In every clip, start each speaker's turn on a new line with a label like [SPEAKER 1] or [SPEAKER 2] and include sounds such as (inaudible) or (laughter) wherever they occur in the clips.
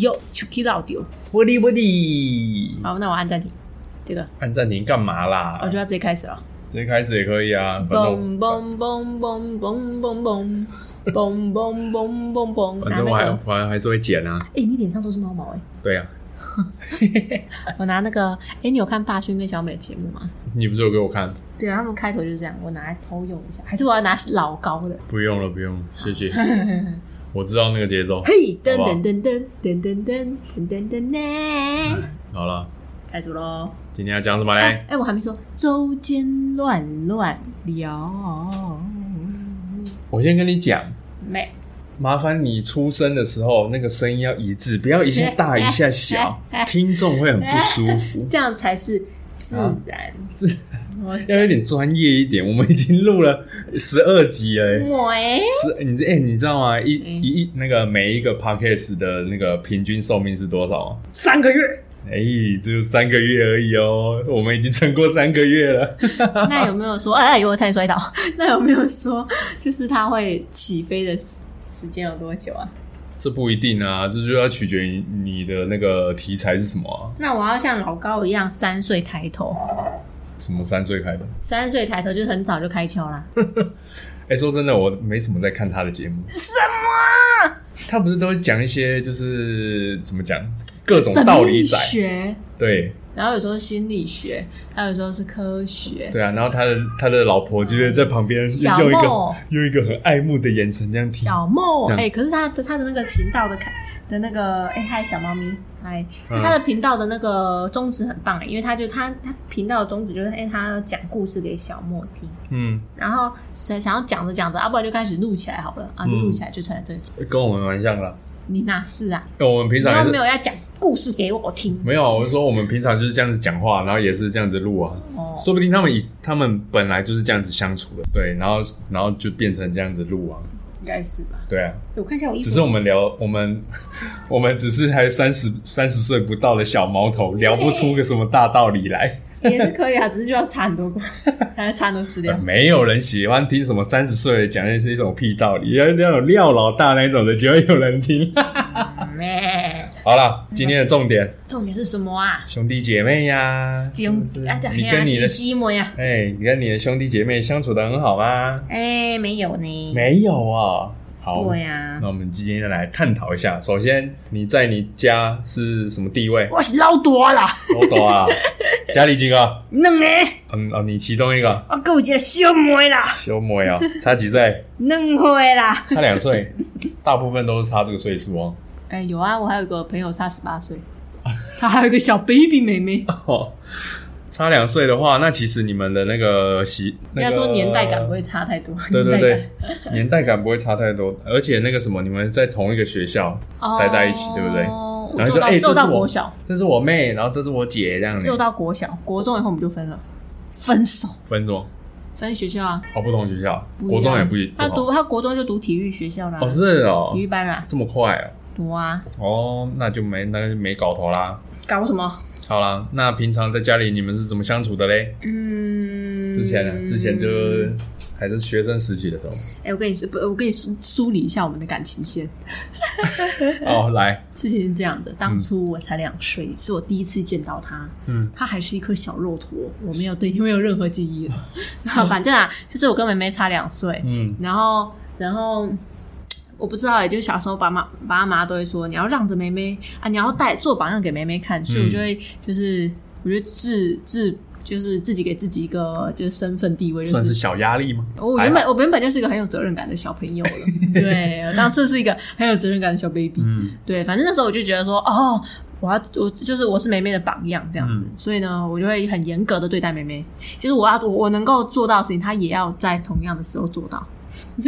[SPEAKER 1] 哟出去老丢。
[SPEAKER 2] 我的我的，
[SPEAKER 1] 好，那我按暂停。这个
[SPEAKER 2] 按暂停干嘛啦
[SPEAKER 1] 我？就要直接开始了。
[SPEAKER 2] 直接开始也可以啊，反正
[SPEAKER 1] 嘣嘣嘣嘣嘣嘣嘣嘣嘣嘣嘣嘣。
[SPEAKER 2] 反
[SPEAKER 1] 拿
[SPEAKER 2] 正
[SPEAKER 1] 那
[SPEAKER 2] 我还
[SPEAKER 1] 个
[SPEAKER 2] 反正还是会剪啊。
[SPEAKER 1] 哎，你脸上都是猫毛哎。
[SPEAKER 2] 对啊，
[SPEAKER 1] 我拿那个哎，你有看霸勋跟小美的节目吗？
[SPEAKER 2] 你不是有给我看？
[SPEAKER 1] 对啊，他们开头就是这样，我拿来偷用一下，还是我要拿老高的？
[SPEAKER 2] 不用了，不用
[SPEAKER 1] (laughs)
[SPEAKER 2] 了，谢谢。我知道那个节奏。
[SPEAKER 1] 嘿，噔
[SPEAKER 2] 好不好
[SPEAKER 1] 噔噔噔噔噔噔噔噔噔噔，
[SPEAKER 2] 好了，
[SPEAKER 1] 开始喽！
[SPEAKER 2] 今天要讲什么
[SPEAKER 1] 哎
[SPEAKER 2] 嘞？、
[SPEAKER 1] 我还没说，周间乱乱聊，
[SPEAKER 2] 我先跟你讲，
[SPEAKER 1] 没
[SPEAKER 2] 麻烦你出声的时候，那个声音要一致，不要一下大一
[SPEAKER 1] (laughs)
[SPEAKER 2] 下小，听众会很不舒服。
[SPEAKER 1] 这样才是自然。
[SPEAKER 2] 自
[SPEAKER 1] 我
[SPEAKER 2] 要有点专业一点。我们已经录了十二集了、欸。
[SPEAKER 1] 喂，
[SPEAKER 2] 是，你知哎、你知道吗？一
[SPEAKER 1] 嗯
[SPEAKER 2] 一一那个每一个 podcast 的那个平均寿命是多少啊？
[SPEAKER 1] 三个月，
[SPEAKER 2] 哎、只有三个月而已哦。我们已经撑过三个月了。
[SPEAKER 1] 那有没
[SPEAKER 2] (laughs)
[SPEAKER 1] 有说？哎、呦，我差点摔倒。 (laughs) 那有没有说，就是它会起飞的时时间有多久啊？
[SPEAKER 2] 这不一定啊，这就要取决于你的那个题材是什么啊？
[SPEAKER 1] 那我要像老高一样三岁抬头，
[SPEAKER 2] 什么三岁开的？
[SPEAKER 1] 三岁抬头就是很早就开窍啦。
[SPEAKER 2] 哎、说真的，我没什么在看他的节目。
[SPEAKER 1] 什么啊？
[SPEAKER 2] 他不是都会讲一些就是怎么讲各种道理仔
[SPEAKER 1] 神秘？学，
[SPEAKER 2] 对
[SPEAKER 1] 然后有时候是心理学，还有时候是科学。
[SPEAKER 2] 对啊，然后他的他的老婆就是在旁边
[SPEAKER 1] 小
[SPEAKER 2] 用一个
[SPEAKER 1] 梦
[SPEAKER 2] 用一个很爱慕的眼神这样听。
[SPEAKER 1] 小梦，
[SPEAKER 2] 这样
[SPEAKER 1] 哎、可是他的他的那个频道的开的那个，哎、嗨，小猫咪，嗨，
[SPEAKER 2] 嗯
[SPEAKER 1] 他的频道的那个宗旨很棒、哎，因为他就他他频道的宗旨就是，哎、他要讲故事给小莫听，
[SPEAKER 2] 嗯，
[SPEAKER 1] 然后想想要讲着讲着，啊，不然就开始录起来好了，啊，就
[SPEAKER 2] 嗯
[SPEAKER 1] 录起来就成了这个节目。
[SPEAKER 2] 跟我们蛮像啦。
[SPEAKER 1] 你哪是啊？
[SPEAKER 2] 因为哦我们平
[SPEAKER 1] 你
[SPEAKER 2] 常也
[SPEAKER 1] 又
[SPEAKER 2] 是
[SPEAKER 1] 没有要讲故事给我听
[SPEAKER 2] 没有啊，我是说我们平常就是这样子讲话，然后也是这样子录啊。
[SPEAKER 1] 哦。
[SPEAKER 2] 说不定他们以他们本来就是这样子相处的，对，然后然后就变成这样子录啊，
[SPEAKER 1] 应该是吧？
[SPEAKER 2] 对啊。
[SPEAKER 1] 我看一下我衣服，
[SPEAKER 2] 只是我们聊我们 (laughs) 我们只是还三十三十岁不到的小毛头，聊不出个什么大道理来。
[SPEAKER 1] 也是可以啊，只是就要差很多瓜，还要差很多资
[SPEAKER 2] (laughs)
[SPEAKER 1] 料。
[SPEAKER 2] 没有人喜欢听什么三十岁的讲那些一种屁道理，要那种廖老大那种的，就会有人听。
[SPEAKER 1] (laughs) 咩
[SPEAKER 2] 好了，今天的重点，
[SPEAKER 1] 重点是什么啊？
[SPEAKER 2] 兄弟姐妹呀、
[SPEAKER 1] 兄弟，啊，
[SPEAKER 2] 你跟你的
[SPEAKER 1] 寂寞呀？
[SPEAKER 2] 哎、你跟你的兄弟姐妹相处的很好吗？
[SPEAKER 1] 哎，没有呢。
[SPEAKER 2] 没有啊、好，
[SPEAKER 1] 对呀？
[SPEAKER 2] 那我们今天来探讨一下。首先，你在你家是什么地位
[SPEAKER 1] 我是老大啦，
[SPEAKER 2] 我
[SPEAKER 1] (laughs)
[SPEAKER 2] 懂啊，家里几个？
[SPEAKER 1] 两个，
[SPEAKER 2] 嗯哦，你其中一个，
[SPEAKER 1] 我还有一个小妹啦，
[SPEAKER 2] 小妹啊，差几岁？
[SPEAKER 1] 两岁啦。
[SPEAKER 2] 差两岁，大部分都是差这个岁数哦。
[SPEAKER 1] 哎，有啊，我还有一个朋友差十八
[SPEAKER 2] (laughs)
[SPEAKER 1] 岁，他还有一个小 baby 妹妹。
[SPEAKER 2] 哦，差两岁的话，那其实你们的那个习，
[SPEAKER 1] 应
[SPEAKER 2] 那
[SPEAKER 1] 该
[SPEAKER 2] 个
[SPEAKER 1] 说年代感不会差太多。
[SPEAKER 2] 对对
[SPEAKER 1] 年代感
[SPEAKER 2] 对，年代感不会差太多，而且那个什么，你们在同一个学校
[SPEAKER 1] 哦
[SPEAKER 2] 待在一起，对不对？
[SPEAKER 1] 我
[SPEAKER 2] 然
[SPEAKER 1] 做
[SPEAKER 2] 后就
[SPEAKER 1] 到
[SPEAKER 2] 哎，
[SPEAKER 1] 做
[SPEAKER 2] 这
[SPEAKER 1] 到
[SPEAKER 2] 是
[SPEAKER 1] 国
[SPEAKER 2] 我嗯
[SPEAKER 1] 小，，
[SPEAKER 2] 这是我妹，然后这是我姐，这样
[SPEAKER 1] 做
[SPEAKER 2] 子
[SPEAKER 1] 到国小，国中以后我们就分了，分手，
[SPEAKER 2] 分什么？
[SPEAKER 1] 分学校啊。
[SPEAKER 2] 哦，不同学校，
[SPEAKER 1] 不一
[SPEAKER 2] 国
[SPEAKER 1] 样
[SPEAKER 2] 中也不一不
[SPEAKER 1] 他
[SPEAKER 2] 同
[SPEAKER 1] 读他国中就读体育学校啦，
[SPEAKER 2] 哦，是哦
[SPEAKER 1] 体，育班啦，
[SPEAKER 2] 这么快哦，
[SPEAKER 1] 读啊，
[SPEAKER 2] 哦，那就没那就没搞头啦。
[SPEAKER 1] 搞什么？
[SPEAKER 2] 好啦，那平常在家里你们是怎么相处的嘞？
[SPEAKER 1] 嗯，
[SPEAKER 2] 之前呢，之前就还是学生时期的
[SPEAKER 1] (laughs)
[SPEAKER 2] 时候。
[SPEAKER 1] 哎、我跟你说，不，我跟你梳梳理一下我们的感情线。
[SPEAKER 2] 哦，来，
[SPEAKER 1] 事情是这样子，当初我才两岁，是我第一次见到他，
[SPEAKER 2] 嗯，
[SPEAKER 1] 他还是一颗小肉坨，我没有对 (laughs) 因为有任何记忆了。然后反正啊，就是我跟妹妹差两岁，
[SPEAKER 2] 嗯，
[SPEAKER 1] 然后，然后我不知道、欸，也就是小时候爸妈爸妈都会说你要让着妹妹啊，你要带做榜样给妹妹看，所以我
[SPEAKER 2] 嗯
[SPEAKER 1] 就会就是我觉得自自就是自己给自己一个就是身份地位，就
[SPEAKER 2] 算
[SPEAKER 1] 是。
[SPEAKER 2] 是小压力吗？
[SPEAKER 1] 哦我
[SPEAKER 2] 还
[SPEAKER 1] 原
[SPEAKER 2] 好
[SPEAKER 1] 本我原本就是一个很有责任感的小朋
[SPEAKER 2] (laughs)
[SPEAKER 1] 友了，对，我当时是一个很有责任感的小 baby，、
[SPEAKER 2] 嗯
[SPEAKER 1] 对，反正那时候我就觉得说，哦，我要我就是我是梅梅的榜样这样子，
[SPEAKER 2] 嗯
[SPEAKER 1] 所以呢，我就会很严格的对待梅梅。就是我要我我能够做到的事情，她也要在同样的时候做到。 (laughs)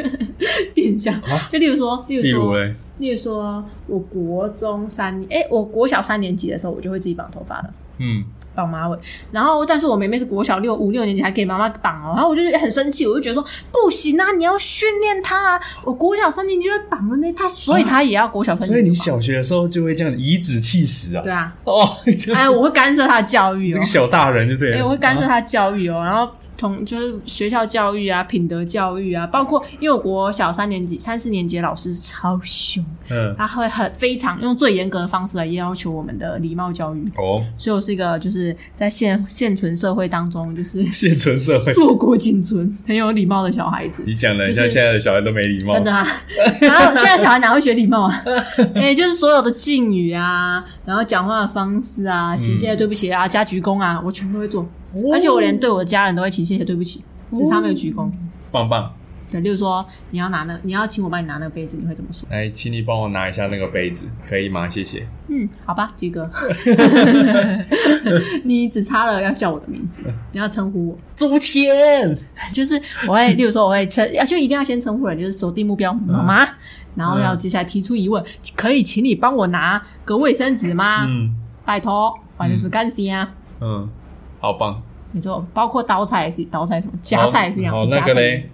[SPEAKER 1] 变相，就例如说，例如
[SPEAKER 2] 啊例如
[SPEAKER 1] 说，
[SPEAKER 2] 嘞，
[SPEAKER 1] 例如说，我国中三年，哎、我国小三年级的时候，我就会自己绑头发了。
[SPEAKER 2] 嗯，
[SPEAKER 1] 绑马尾，然后但是我妹妹是国小六五六年级，还给妈妈绑哦，然后我就是很生气，我就觉得说不行啊，你要训练她啊，我国小三年级就会绑了呢，她所以她也要国小三
[SPEAKER 2] 所
[SPEAKER 1] 年级
[SPEAKER 2] 以你
[SPEAKER 1] 绑。
[SPEAKER 2] 小学的时候就会这样颐指气使啊
[SPEAKER 1] 对。啊，
[SPEAKER 2] 哦，这 (laughs)
[SPEAKER 1] 哎，我会干涉他的教育
[SPEAKER 2] 这
[SPEAKER 1] 哦
[SPEAKER 2] 个，小大人就对
[SPEAKER 1] 哎，
[SPEAKER 2] 了。
[SPEAKER 1] 我会干涉
[SPEAKER 2] 啊
[SPEAKER 1] 他的教育哦，然后同就是学校教育啊、品德教育啊，包括因为我国小三年级、三四年级的老师超凶，
[SPEAKER 2] 嗯，
[SPEAKER 1] 他会很非常用最严格的方式来要求我们的礼貌教育。
[SPEAKER 2] 哦，
[SPEAKER 1] 所以我是一个就是在现现存社会当中，就是
[SPEAKER 2] 现存社会，
[SPEAKER 1] 硕果仅存、 (laughs) 很有礼貌的小孩子。
[SPEAKER 2] 你讲的
[SPEAKER 1] 就是
[SPEAKER 2] 像现在的小孩都没礼貌
[SPEAKER 1] 真，的 (laughs) 啊，然后现在小孩哪会学礼貌啊？ (laughs) 哎、就是所有的敬语啊，然后讲话的方式啊，请谢谢、对不起啊、加鞠躬啊，我全部都会做，
[SPEAKER 2] 哦
[SPEAKER 1] 而且我连对我的家人都会请谢谢、对不起，只是他没有鞠躬。
[SPEAKER 2] 棒棒。
[SPEAKER 1] 对，例如说你要拿那，你要请我帮你拿那个杯子，你会怎么说？
[SPEAKER 2] 来，请你帮我拿一下那个杯子，可以吗？谢谢。
[SPEAKER 1] 嗯，好吧，杰哥， (laughs) 你只差了要叫我的名字，你要称呼我，
[SPEAKER 2] 竹签，
[SPEAKER 1] (laughs) 就是我
[SPEAKER 2] (laughs)
[SPEAKER 1] 会，例如说我会称，啊就一定要先称呼人，就是锁定目标妈妈，
[SPEAKER 2] 嗯
[SPEAKER 1] 然后要接下来提出疑问，可以请你帮我拿个卫生纸吗？
[SPEAKER 2] 嗯
[SPEAKER 1] 拜托，反正就是干洗啊。
[SPEAKER 2] 嗯，好棒。
[SPEAKER 1] 没错，包括刀菜也是，刀菜什么夹菜也是一样。
[SPEAKER 2] 好，好
[SPEAKER 1] 夹
[SPEAKER 2] 那
[SPEAKER 1] 菜
[SPEAKER 2] 个嘞，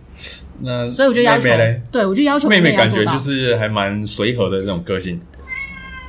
[SPEAKER 2] 那
[SPEAKER 1] 所以我就要求
[SPEAKER 2] 妹妹嘞，，
[SPEAKER 1] 对我就要求
[SPEAKER 2] 妹妹
[SPEAKER 1] 要
[SPEAKER 2] 感
[SPEAKER 1] 做
[SPEAKER 2] 觉
[SPEAKER 1] 到。
[SPEAKER 2] 就是还蛮随和的这种个性。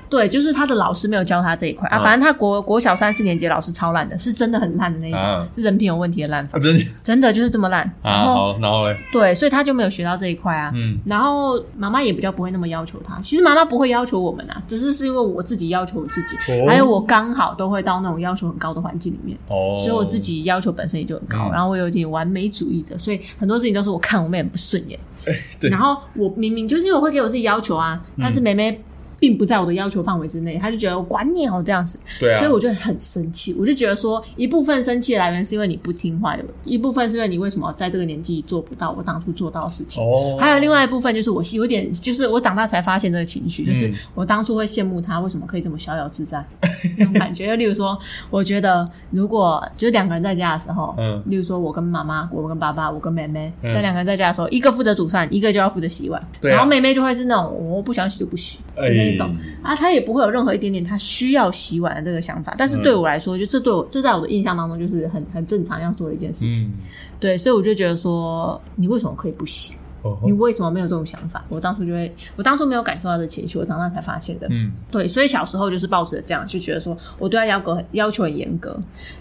[SPEAKER 1] 对，就是他的老师没有教他这一块啊，
[SPEAKER 2] 嗯
[SPEAKER 1] 反正他国国小三四年级老师超烂的，是真的很烂的那一种，
[SPEAKER 2] 啊
[SPEAKER 1] 是人品有问题的烂法
[SPEAKER 2] 啊，，真的
[SPEAKER 1] 真的就是这么烂。
[SPEAKER 2] 啊，
[SPEAKER 1] 然后
[SPEAKER 2] 好，然后嘞，
[SPEAKER 1] 对，所以他就没有学到这一块啊。
[SPEAKER 2] 嗯
[SPEAKER 1] 然后妈妈也比较不会那么要求他。其实妈妈不会要求我们啊，只是是因为我自己要求我自己，
[SPEAKER 2] 哦
[SPEAKER 1] 还有我刚好都会到那种要求很高的环境里面，
[SPEAKER 2] 哦，
[SPEAKER 1] 所以我自己要求本身也就很高。
[SPEAKER 2] 嗯
[SPEAKER 1] 然后我有点完美主义者，所以很多事情都是我看我妹很不顺眼。
[SPEAKER 2] (laughs) 对嗯
[SPEAKER 1] 然后我明明就是因为我会给我自己要求啊，但是妹妹。并不在我的要求范围之内，她就觉得我管你哦这样子，
[SPEAKER 2] 对啊
[SPEAKER 1] 所以我就很生气，我就觉得说一部分生气的来源是因为你不听话，一部分是因为你为什么在这个年纪做不到我当初做到的事情。
[SPEAKER 2] 哦，
[SPEAKER 1] 还有另外一部分就是我有点，就是我长大才发现这个情绪，就是
[SPEAKER 2] 嗯
[SPEAKER 1] 我当初会羡慕他为什么可以这么逍遥自在那种感觉。 (laughs) 就例如说，我觉得如果就是两个人在家的时候，
[SPEAKER 2] 嗯
[SPEAKER 1] 例如说我跟妈妈，我跟爸爸，我跟妹妹，
[SPEAKER 2] 嗯
[SPEAKER 1] 在两个人在家的时候，一个负责煮饭，一个就要负责洗碗，
[SPEAKER 2] 对啊
[SPEAKER 1] 然后妹妹就会是那种我不想洗就不洗的
[SPEAKER 2] 哎
[SPEAKER 1] 那一种。啊，她也不会有任何一点点她需要洗碗的这个想法，但是对我来
[SPEAKER 2] 嗯
[SPEAKER 1] 说，就这对我这在我的印象当中就是很很正常要做的一件事情。
[SPEAKER 2] 嗯，
[SPEAKER 1] 对，所以我就觉得说，你为什么可以不洗？
[SPEAKER 2] 哦
[SPEAKER 1] 你为什么没有这种想法？我当初就会，我当初没有感受到这情绪，我长大才发现的。
[SPEAKER 2] 嗯，
[SPEAKER 1] 对，所以小时候就是抱持着这样，就觉得说我对他要求要求很严格，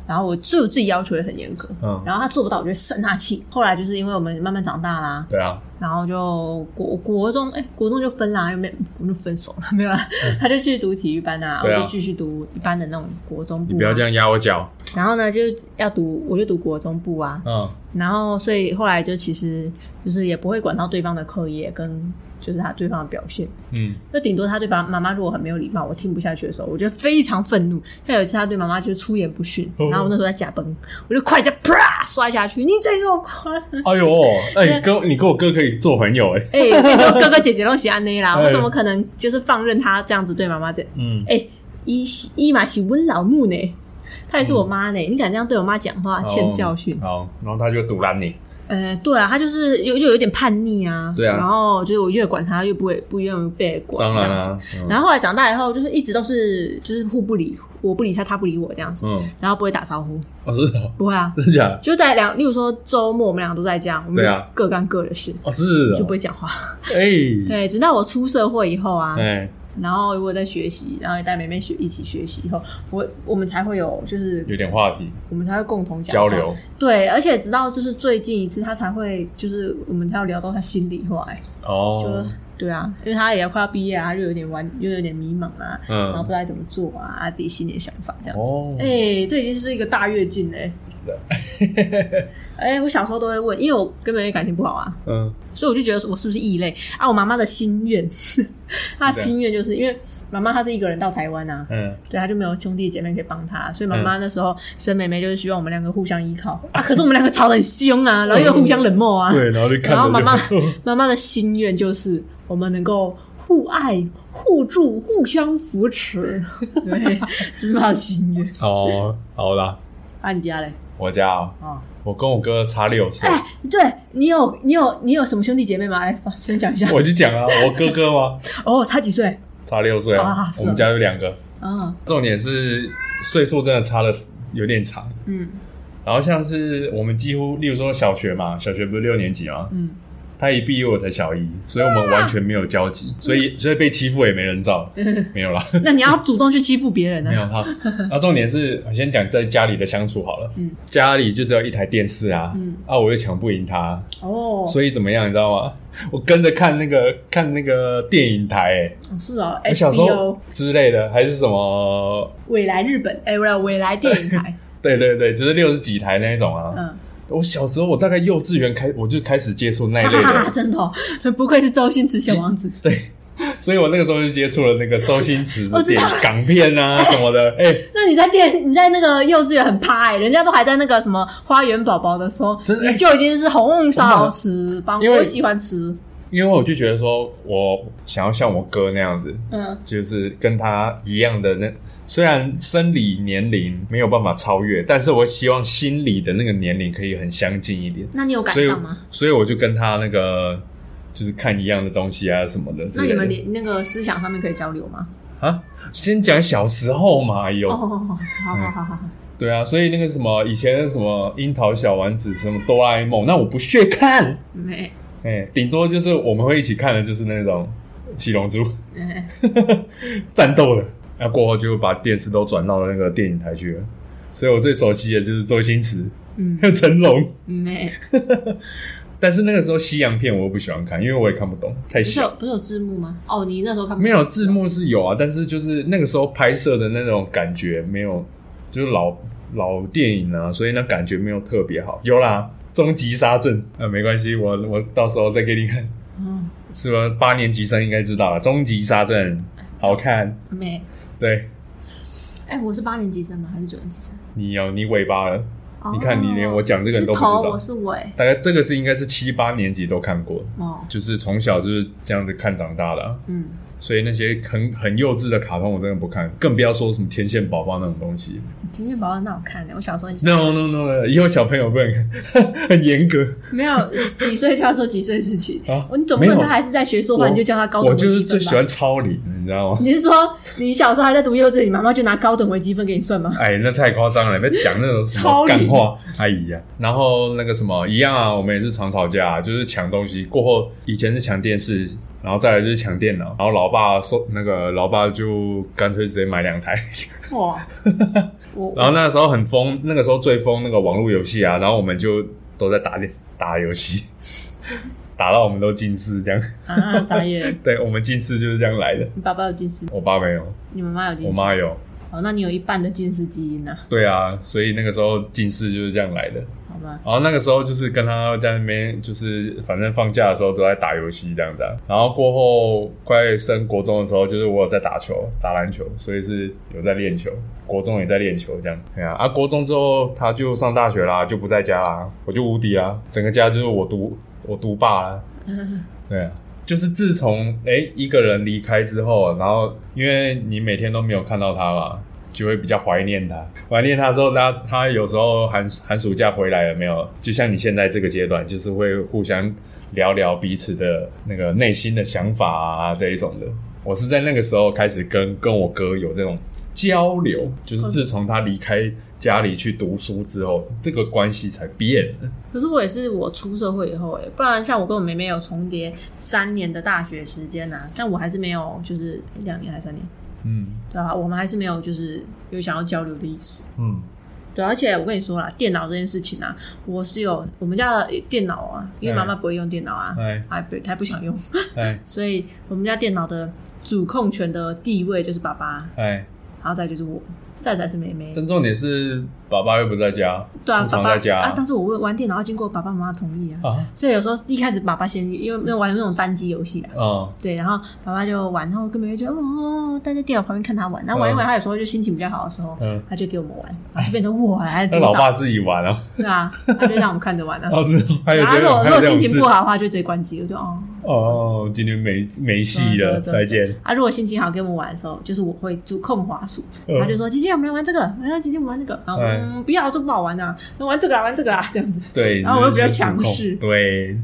[SPEAKER 1] 然后我对我自己要求也很严格，
[SPEAKER 2] 嗯
[SPEAKER 1] 然后他做不到，我就生他气。后来就是因为我们慢慢长大啦，
[SPEAKER 2] 对啊，
[SPEAKER 1] 然后就国国中，哎、国中就分啦，又没国中就分手了， (laughs) 没有啦，他就去读体育班啊，
[SPEAKER 2] 嗯对啊
[SPEAKER 1] 我就继续读一般的那种国中部、
[SPEAKER 2] 你
[SPEAKER 1] 啊，
[SPEAKER 2] 不要这样压我脚，
[SPEAKER 1] 然后呢，就要读，我就读国中部啊，
[SPEAKER 2] 嗯，
[SPEAKER 1] 然后所以后来就其实就是也不会管到对方的课业跟就是他对方的表现，
[SPEAKER 2] 嗯，
[SPEAKER 1] 那顶多他对爸妈妈如果很没有礼貌，我听不下去的时候，我觉得非常愤怒。像有一次他对妈妈就出言不逊，
[SPEAKER 2] 哦
[SPEAKER 1] 然后我那时候在假崩，我就快点啪摔下去，你再给我夸张。
[SPEAKER 2] 哎呦，哎，你跟你跟我哥可以做朋友哎，
[SPEAKER 1] 哎、那时候哥哥姐姐都喜欢你啦，
[SPEAKER 2] 哎
[SPEAKER 1] 我怎么可能就是放任他这样子对妈妈这？
[SPEAKER 2] 嗯，
[SPEAKER 1] 哎、伊是伊嘛是温老木呢，她也是我妈呢，你敢这样对我妈讲
[SPEAKER 2] 哦
[SPEAKER 1] 话，欠教训。
[SPEAKER 2] 好，然后他就堵拦你，
[SPEAKER 1] 呃，对啊，他就是又又有点叛逆啊，
[SPEAKER 2] 对啊
[SPEAKER 1] 然后就是我越管他越不会不愿意被管，
[SPEAKER 2] 当然啊嗯
[SPEAKER 1] 这样
[SPEAKER 2] 啦
[SPEAKER 1] (laughs) 子，然后后来长大以后，就是一直都是就是互不理，我不理他，他不理我这样子，
[SPEAKER 2] 嗯，嗯，
[SPEAKER 1] 然后不会打招呼，
[SPEAKER 2] 哦，是哦，
[SPEAKER 1] 不会啊，
[SPEAKER 2] 真的假的？
[SPEAKER 1] 就在两，例如说周末我们两个都在家，我们
[SPEAKER 2] 对啊
[SPEAKER 1] 各干各的事，
[SPEAKER 2] 哦，是
[SPEAKER 1] 就不
[SPEAKER 2] 哦，
[SPEAKER 1] 会讲话。
[SPEAKER 2] 哎，
[SPEAKER 1] 对，直到我出社会以后啊，
[SPEAKER 2] 哎，
[SPEAKER 1] 然后我在学习，然后也带妹妹学一起学习以后，我我们才会有就是
[SPEAKER 2] 有点话题
[SPEAKER 1] 我们才会共同讲
[SPEAKER 2] 交
[SPEAKER 1] 话
[SPEAKER 2] 流，
[SPEAKER 1] 对，而且直到就是最近一次，他才会就是我们才要聊到他心里话、哎就
[SPEAKER 2] 哦，
[SPEAKER 1] 对啊，因为他也要快要毕业啊，他就有点玩，又有点迷茫啊，
[SPEAKER 2] 嗯
[SPEAKER 1] 然后不知道该怎么做啊，他自己心里的想法这样子。
[SPEAKER 2] 哦
[SPEAKER 1] 哎、，这已经是一个大跃进
[SPEAKER 2] (laughs)
[SPEAKER 1] 嘞。哎、我小时候都会问，因为我跟妹妹感情不好啊，
[SPEAKER 2] 嗯，
[SPEAKER 1] 所以我就觉得我是不是异类啊？我妈妈的心愿， (laughs) 她的心愿就是因为妈妈她是一个人到台湾啊，
[SPEAKER 2] 嗯，
[SPEAKER 1] 对，她就没有兄弟姐妹可以帮她，所以妈妈那时候生妹妹就是希望我们两个互相依靠啊。可是我们两个吵得很凶啊，然后又互相冷漠啊。
[SPEAKER 2] 嗯对，然后就看
[SPEAKER 1] 然后
[SPEAKER 2] 着
[SPEAKER 1] 妈
[SPEAKER 2] 就
[SPEAKER 1] 妈妈妈的心愿就是我们能够互爱、互助、互相扶持， (laughs) 对，这是她的心愿。
[SPEAKER 2] (laughs) 哦，好啦，
[SPEAKER 1] 按家嘞，
[SPEAKER 2] 我家哦，
[SPEAKER 1] 啊、
[SPEAKER 2] 我跟我哥差
[SPEAKER 1] (laughs)
[SPEAKER 2] 六岁，
[SPEAKER 1] 哎，对你有你有你有什么兄弟姐妹吗？来分分享一下。
[SPEAKER 2] 我就讲啊，我哥哥嘛，
[SPEAKER 1] 哦，差几岁？
[SPEAKER 2] 差六岁啊
[SPEAKER 1] 啊，是哦
[SPEAKER 2] 我们家有两个，
[SPEAKER 1] 啊，
[SPEAKER 2] 重点是岁数真的差的有点长。
[SPEAKER 1] 嗯
[SPEAKER 2] 然后像是我们几乎，例如说小学嘛，小学不是六年级嘛，
[SPEAKER 1] 嗯，
[SPEAKER 2] 他一毕业我才小一，所以我们完全没有交
[SPEAKER 1] 啊
[SPEAKER 2] 集，所以所以被欺负也没
[SPEAKER 1] (laughs)
[SPEAKER 2] 人罩，没有啦， (laughs)
[SPEAKER 1] 那你要主动去欺负别人呢、啊
[SPEAKER 2] 没有哈。那重点是，我先讲在家里的相处好
[SPEAKER 1] 嗯
[SPEAKER 2] 了，家里就只有一台电视啊，啊，我又抢不赢他，
[SPEAKER 1] 哦，
[SPEAKER 2] 所以怎么样，你知道吗？我跟着看那个看那个电影台、欸，
[SPEAKER 1] 是哦
[SPEAKER 2] 我小时
[SPEAKER 1] ，HBO
[SPEAKER 2] 候之类的，还是什么？
[SPEAKER 1] 未来日本，哎、未来未来电影台，
[SPEAKER 2] 对对对，就是六十几台那一种啊。
[SPEAKER 1] 嗯，
[SPEAKER 2] 我小时候，我大概幼稚园开，我就开始接触那一类的，
[SPEAKER 1] 啊， (laughs) 真的、哦，不愧是周星驰小王子，
[SPEAKER 2] 对，所以我那个时候就接触了那个周星驰
[SPEAKER 1] (laughs) 我
[SPEAKER 2] 的
[SPEAKER 1] 知
[SPEAKER 2] 电
[SPEAKER 1] 道
[SPEAKER 2] 影港片啊什么的。哎、
[SPEAKER 1] 那你在电你在那个幼稚园很趴哎、人家都还在那个什么花园宝宝的时候，
[SPEAKER 2] 真的
[SPEAKER 1] 你就已经是红烧吃帮，
[SPEAKER 2] 因为
[SPEAKER 1] 我喜欢吃，
[SPEAKER 2] 因为我就觉得说，我想要像我哥那样子，
[SPEAKER 1] 嗯，
[SPEAKER 2] 就是跟他一样的那，虽然生理年龄没有办法超越，但是我希望心理的那个年龄可以很相近一点。
[SPEAKER 1] 那你有赶
[SPEAKER 2] 所以
[SPEAKER 1] 上吗？，
[SPEAKER 2] 所以我就跟他那个就是看一样的东西啊什么的之
[SPEAKER 1] 那
[SPEAKER 2] 类
[SPEAKER 1] 你
[SPEAKER 2] 的。
[SPEAKER 1] 们连那个思想上面可以交流吗？
[SPEAKER 2] 啊，先讲小时候嘛，有、
[SPEAKER 1] 哦，好好好好好，
[SPEAKER 2] 对啊，所以那个什么以前的什么樱桃小丸子，什么哆啦 A 梦，那我不屑看，
[SPEAKER 1] 没，
[SPEAKER 2] 哎、顶多就是我们会一起看的，就是那种七龙珠 (laughs)
[SPEAKER 1] 哎
[SPEAKER 2] 战斗的，那过后就把电视都转到那个电影台去了。所以我最熟悉的就是周星驰，
[SPEAKER 1] 嗯
[SPEAKER 2] 还有 (laughs) 成龙。
[SPEAKER 1] 没，
[SPEAKER 2] 但是那个时候西洋片我又不喜欢看，因为我也看不懂，太
[SPEAKER 1] 不是
[SPEAKER 2] 小。
[SPEAKER 1] 有不是有字幕吗？哦，你那时候看不
[SPEAKER 2] 没有字幕是有啊，但是就是那个时候拍摄的那种感觉没有，就是老老电影啊，所以那感觉没有特别好。有啦，《终极杀阵》啊，没关系，我我到时候再给你看。
[SPEAKER 1] 嗯，
[SPEAKER 2] 是吧？八年级生应该知道了，《终极杀阵》好看。
[SPEAKER 1] 没，
[SPEAKER 2] 对
[SPEAKER 1] 哎、我是八年级生吗？还是九年级生？
[SPEAKER 2] 你有你尾巴了，你看你连我讲这
[SPEAKER 1] 这
[SPEAKER 2] 个你都不知
[SPEAKER 1] 头，我
[SPEAKER 2] 道。
[SPEAKER 1] 是尾
[SPEAKER 2] 大概这个是应该是七八年级都看过，
[SPEAKER 1] 哦，
[SPEAKER 2] 就是从小就是这样子看长大的啊、
[SPEAKER 1] 嗯，
[SPEAKER 2] 所以那些很很幼稚的卡通我真的不看，更不要说什么天线宝宝那种东西。
[SPEAKER 1] 天线宝宝很好看的，我小时候很喜欢
[SPEAKER 2] No no no，以后小朋友不能看， (laughs) 很严格。
[SPEAKER 1] 没有几岁就要说几岁事情
[SPEAKER 2] 啊
[SPEAKER 1] 我你总不能
[SPEAKER 2] 没有
[SPEAKER 1] 他还是在学说话，
[SPEAKER 2] 我
[SPEAKER 1] 你就叫他高等
[SPEAKER 2] 我
[SPEAKER 1] 微积
[SPEAKER 2] 就
[SPEAKER 1] 分
[SPEAKER 2] 是最
[SPEAKER 1] 吧
[SPEAKER 2] 喜。欢超龄，你知道吗？ (laughs)
[SPEAKER 1] 你是说你小时候还在读幼稚园，你妈妈就拿高等微积分给你算吗？
[SPEAKER 2] 哎，那太夸张了，别讲那种什
[SPEAKER 1] (laughs) 超
[SPEAKER 2] 么
[SPEAKER 1] 龄
[SPEAKER 2] 干话，哎呀。然后那个什么一样啊，我们也是常吵架、就是抢东西。过后以前是抢电视，然后再来就是抢电脑，然后老爸说那个老爸就干脆直接买两台。 (laughs)
[SPEAKER 1] 哇， (laughs) 我
[SPEAKER 2] 然后那个时候很疯，那个时候最疯那个网络游戏啊，然后我们就都在打打游戏， (laughs) 打到我们都近视这样。 (laughs)
[SPEAKER 1] 啊傻眼，
[SPEAKER 2] 对我们近视就是这样来的。
[SPEAKER 1] 你爸爸有近视，
[SPEAKER 2] 我爸没有，
[SPEAKER 1] 你妈妈有近
[SPEAKER 2] 我
[SPEAKER 1] 视，
[SPEAKER 2] 妈有。
[SPEAKER 1] 哦，那你有一半的近视基因呐、
[SPEAKER 2] 对啊，所以那个时候近视就是这样来的。
[SPEAKER 1] 好吧？
[SPEAKER 2] 然后那个时候就是跟他在那边，就是反正放假的时候都在打游戏这样子、啊。然后过后快升国中的时候，就是我有在打球、打篮球，所以是有在练球。国中也在练球这样。对啊，啊，国中之后他就上大学啦，就不在家啦，我就无敌啦，整个家就是我独我独霸啦。
[SPEAKER 1] 嗯，
[SPEAKER 2] 对啊，就是自从哎、诶一个人离开之后，然后因为你每天都没有看到他嘛，就会比较怀念他。怀念他之后，他他有时候寒寒暑假回来了没有？就像你现在这个阶段，就是会互相聊聊彼此的那个内心的想法啊这一种的。我是在那个时候开始跟跟我哥有这种交流，就是自从他离开家里去读书之后，这个关系才变了。
[SPEAKER 1] 可是我也是我出社会以后哎、不然像我跟我妹妹有重叠三年的大学时间呐、但我还是没有就是两年还是三年，
[SPEAKER 2] 嗯
[SPEAKER 1] 对啊，我们还是没有就是有想要交流的意思。
[SPEAKER 2] 嗯，
[SPEAKER 1] 对，而且我跟你说啦，电脑这件事情啊，我是有我们家的电脑啊，因为妈妈不会用电脑啊，
[SPEAKER 2] 哎
[SPEAKER 1] (laughs) 还不还不想用， (laughs)
[SPEAKER 2] 哎
[SPEAKER 1] 所以我们家电脑的主控权的地位就是爸爸，
[SPEAKER 2] 哎。
[SPEAKER 1] 然后再就是我，再才是妹妹。
[SPEAKER 2] 但重点是，爸爸又不在家，
[SPEAKER 1] 对啊，
[SPEAKER 2] 我
[SPEAKER 1] 爸
[SPEAKER 2] 常
[SPEAKER 1] 爸
[SPEAKER 2] 在家
[SPEAKER 1] 啊，但是我玩电脑要经过爸爸妈妈同意啊，
[SPEAKER 2] 啊，
[SPEAKER 1] 所以有时候一开始爸爸先，因为玩那种单机游戏啊。
[SPEAKER 2] 嗯，
[SPEAKER 1] 对，然后爸爸就玩，然后我跟妹妹就哦，待在电脑旁边看他玩，然后玩一玩，他有时候就心情比较好的时候，
[SPEAKER 2] 嗯
[SPEAKER 1] 他就给我们玩，然后就变成我来
[SPEAKER 2] 那
[SPEAKER 1] 主
[SPEAKER 2] 老
[SPEAKER 1] 导，
[SPEAKER 2] 爸自己玩啊， (laughs)
[SPEAKER 1] 对啊，他就让我们看着玩啊。
[SPEAKER 2] 哦是，还有
[SPEAKER 1] 然后啊
[SPEAKER 2] 这
[SPEAKER 1] 如
[SPEAKER 2] 种，
[SPEAKER 1] 果
[SPEAKER 2] 还
[SPEAKER 1] 如果
[SPEAKER 2] 有这
[SPEAKER 1] 心
[SPEAKER 2] 种
[SPEAKER 1] 情
[SPEAKER 2] 事
[SPEAKER 1] 不，好的话，就直接关机。我就哦，
[SPEAKER 2] 哦，今天没没戏了，
[SPEAKER 1] 走走走
[SPEAKER 2] 再见，
[SPEAKER 1] 啊，如果心情好跟我们玩的时候，就是我会主控滑鼠，
[SPEAKER 2] 嗯
[SPEAKER 1] 他就说：“姐姐，我们来玩这个，然后姐姐我们玩那个。”然后我
[SPEAKER 2] 哎
[SPEAKER 1] 嗯，不要，这个不好玩啊，那玩这个啊，玩这个啊，这样子。
[SPEAKER 2] 对，
[SPEAKER 1] 然后我又比较
[SPEAKER 2] 就是
[SPEAKER 1] 强
[SPEAKER 2] 主控
[SPEAKER 1] 势
[SPEAKER 2] 对，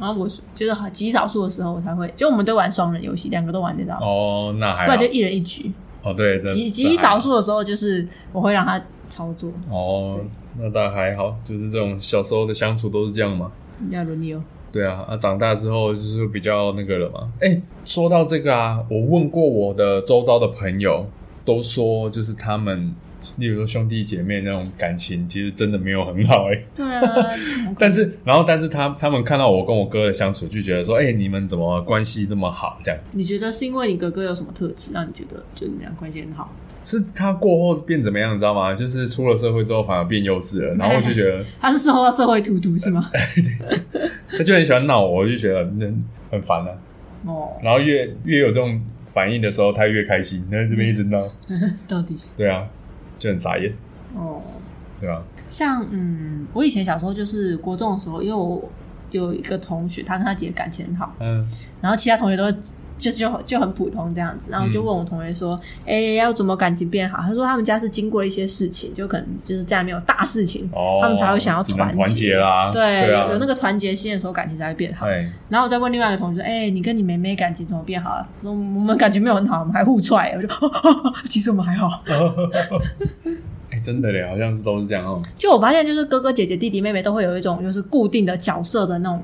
[SPEAKER 1] 然后我就是很极少数的时候，我才会，就我们都玩双人游戏，两个都玩得到，
[SPEAKER 2] 哦，那还
[SPEAKER 1] 不
[SPEAKER 2] 好
[SPEAKER 1] 然就，一人一局。
[SPEAKER 2] 哦对，这
[SPEAKER 1] 极
[SPEAKER 2] 这
[SPEAKER 1] 极
[SPEAKER 2] 还
[SPEAKER 1] 少
[SPEAKER 2] 好
[SPEAKER 1] 数的时候，就是我会让他操作，
[SPEAKER 2] 哦，那倒还好，就是这种小时候的相处都是这样嘛，
[SPEAKER 1] 要轮流。
[SPEAKER 2] 对啊，啊，长大之后就是比较那个了嘛。哎、说到这个啊，我问过我的周遭的朋友，都说就是他们，例如说兄弟姐妹那种感情，其实真的没有很好哎、
[SPEAKER 1] (laughs) 对 (laughs) 啊，
[SPEAKER 2] 但是，然后，但是他他们看到我跟我哥的相处，就觉得说，哎、你们怎么关系这么好？这样
[SPEAKER 1] 你觉得是因为你哥哥有什么特质让你觉得就你们俩关系很好？
[SPEAKER 2] 是他过后变怎么样，你知道吗？就是出了社会之后反而变幼稚了，然后我就觉得
[SPEAKER 1] 他是受到社会荼毒是
[SPEAKER 2] (laughs)
[SPEAKER 1] 吗？
[SPEAKER 2] 他就很喜欢闹我，我就觉得很很烦啊。
[SPEAKER 1] 哦，
[SPEAKER 2] 然后越越有这种反应的时候，他越开心，然后这边一直闹，
[SPEAKER 1] 到底
[SPEAKER 2] 对啊，就很傻眼，
[SPEAKER 1] 哦，
[SPEAKER 2] 对啊，
[SPEAKER 1] 像嗯，我以前小时候就是国中的时候，因为我有一个同学，他跟他姐感情很好，
[SPEAKER 2] 嗯，
[SPEAKER 1] 然后其他同学都就就就很普通这样子，然后我就
[SPEAKER 2] 嗯
[SPEAKER 1] 问我同学说：“哎、要怎么感情变好？”他说他们家是经过一些事情，就可能就是家里面有大事情，
[SPEAKER 2] 哦，
[SPEAKER 1] 他们才会想要
[SPEAKER 2] 只能
[SPEAKER 1] 团
[SPEAKER 2] 团结啦，
[SPEAKER 1] 对，
[SPEAKER 2] 啊，
[SPEAKER 1] 有那个团结心的时候，感情才会变好。
[SPEAKER 2] 哎，
[SPEAKER 1] 然后我再问另外一个同学说：“哎、你跟你妹妹感情怎么变好了？”说我们感情没有很好，我们还互踹。我就、 (laughs) 其实我们还好。
[SPEAKER 2] 哎真的嘞，好像是都是这样哦，
[SPEAKER 1] 就我发现，就是哥哥姐姐、弟弟妹妹都会有一种就是固定的角色的那种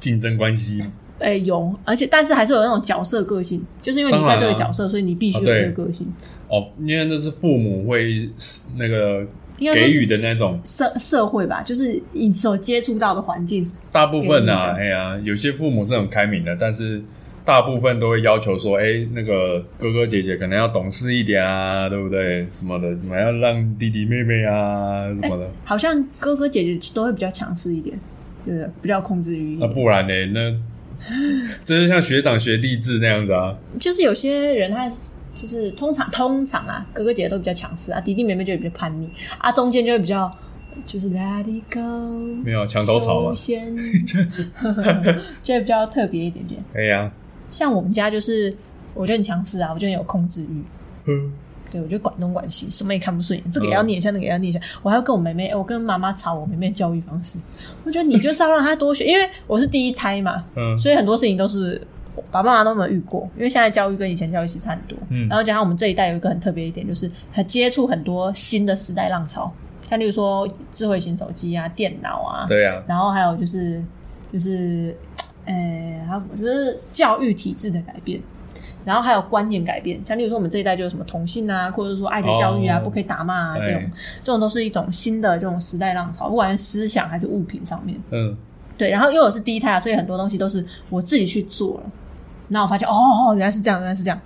[SPEAKER 2] 竞争关系，
[SPEAKER 1] 哎、有，而且但是还是有那种角色个性，就是因为你
[SPEAKER 2] 当
[SPEAKER 1] 在
[SPEAKER 2] 然啊
[SPEAKER 1] 这个角色，所以你必须有
[SPEAKER 2] 啊对
[SPEAKER 1] 这个个性。
[SPEAKER 2] 哦，因为那是父母会那个
[SPEAKER 1] 应该说
[SPEAKER 2] 给予的那种
[SPEAKER 1] 社社会吧，就是你所接触到的环境。
[SPEAKER 2] 大部分啊，
[SPEAKER 1] 给
[SPEAKER 2] 哎呀，有些父母是很开明的，但是大部分都会要求说，哎，那个哥哥姐姐可能要懂事一点啊，对不对？什么的，你们要让弟弟妹妹啊什么的。
[SPEAKER 1] 好像哥哥姐姐都会比较强势一点，对不对？比较控制欲一
[SPEAKER 2] 那、
[SPEAKER 1] 点。
[SPEAKER 2] 不然呢？那这就像学长学弟制那样子啊。
[SPEAKER 1] 就是有些人他就是通常通常啊，哥哥姐姐都比较强势啊，弟弟妹妹就会比较叛逆啊，中间就会比较就是 Let it go，
[SPEAKER 2] 没有墙头草嘛
[SPEAKER 1] 首先 (laughs) 就会比较特别一点点。
[SPEAKER 2] 哎呀，
[SPEAKER 1] 像我们家就是，我就很强势啊，我就很有控制欲。
[SPEAKER 2] 呵
[SPEAKER 1] 对，我就管东管西，什么也看不顺眼，这个也要念一下，那个也要念一下。我还要跟我妹妹，我跟妈妈吵我妹妹的教育方式。我觉得你就是要让她多学，因为我是第一胎嘛，
[SPEAKER 2] 嗯
[SPEAKER 1] 所以很多事情都是爸爸妈妈都没有遇过。因为现在教育跟以前教育其实差很多，
[SPEAKER 2] 嗯
[SPEAKER 1] 然后加上我们这一代有一个很特别一点，就是他接触很多新的时代浪潮，像例如说智慧型手机啊、电脑啊，
[SPEAKER 2] 对呀、
[SPEAKER 1] 然后还有就是就是，呃，还有什么？就是教育体制的改变，然后还有观念改变。像例如说，我们这一代就有什么同性啊，或者是说爱的教育啊，
[SPEAKER 2] 哦
[SPEAKER 1] 不可以打骂啊，这种
[SPEAKER 2] 哎
[SPEAKER 1] 这种都是一种新的这种时代浪潮，不管是思想还是物品上面。
[SPEAKER 2] 嗯，
[SPEAKER 1] 对，然后因为我是第一胎啊，所以很多东西都是我自己去做了。然后我发现，哦哦，原来是这样，原来是这样。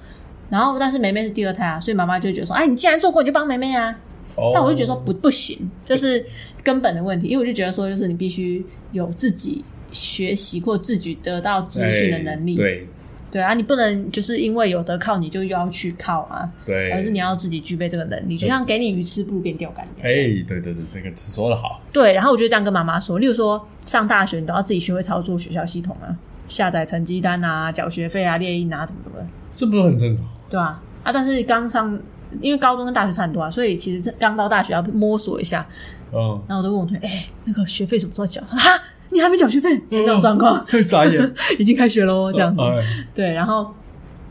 [SPEAKER 1] 然后，但是梅梅是第二胎啊，所以妈妈就会觉得说，哎，你既然做过，你就帮梅梅啊。
[SPEAKER 2] 哦，
[SPEAKER 1] 但我就觉得说不不行，这是根本的问题，因为我就觉得说，就是你必须有自己学习或自己得到资讯的能力，
[SPEAKER 2] 哎对
[SPEAKER 1] 对啊，你不能就是因为有得靠你就又要去靠啊，
[SPEAKER 2] 对，
[SPEAKER 1] 而是你要自己具备这个能力，就像给你鱼吃不如给你钓竿一
[SPEAKER 2] 哎
[SPEAKER 1] 样。，
[SPEAKER 2] 对对对，这个说的好，
[SPEAKER 1] 对，然后我就这样跟妈妈说，例如说上大学你都要自己学会操作学校系统啊，下载成绩单啊，缴学费啊，列印啊，怎么怎么的，
[SPEAKER 2] 是不是很正常？
[SPEAKER 1] 对啊，啊，但是刚上。因为高中跟大学差很多啊，所以其实这刚到大学要摸索一下， (laughs)
[SPEAKER 2] 嗯，
[SPEAKER 1] 然后我就问我同学：“哎、那个学费什么时候缴？”哈，你还没缴学费？那种状况， (laughs)
[SPEAKER 2] 傻眼，
[SPEAKER 1] 已经开学哦喽，这样子。
[SPEAKER 2] 哎
[SPEAKER 1] (laughs) 对，然后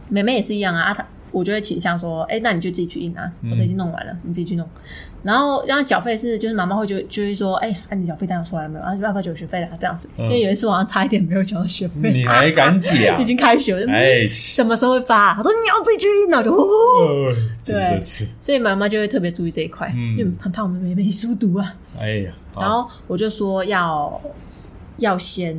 [SPEAKER 1] 妹妹也是一样啊，啊她我就会倾向说：“哎、那你就自己去印啊，我都已经弄完了，你自己去弄。”然后让缴费是，就是妈妈会就就会说：“哎、啊，你缴费单有出来没有？啊，要不要缴学费啦？”这样子，因为有一次我好像差一点没有缴到学费，
[SPEAKER 2] 你还敢
[SPEAKER 1] (laughs)
[SPEAKER 2] 讲
[SPEAKER 1] 已？经开学了，嗯
[SPEAKER 2] 哎，
[SPEAKER 1] 什么时候会发、啊？她说：“你要自己去印啊！”我就 (laughs) 呼呼
[SPEAKER 2] 呃真的是，
[SPEAKER 1] 所以妈妈就会特别注意这一块，
[SPEAKER 2] 嗯
[SPEAKER 1] 因为很怕我们妹妹书读啊。
[SPEAKER 2] 哎呀，好
[SPEAKER 1] 然后我就说要要先，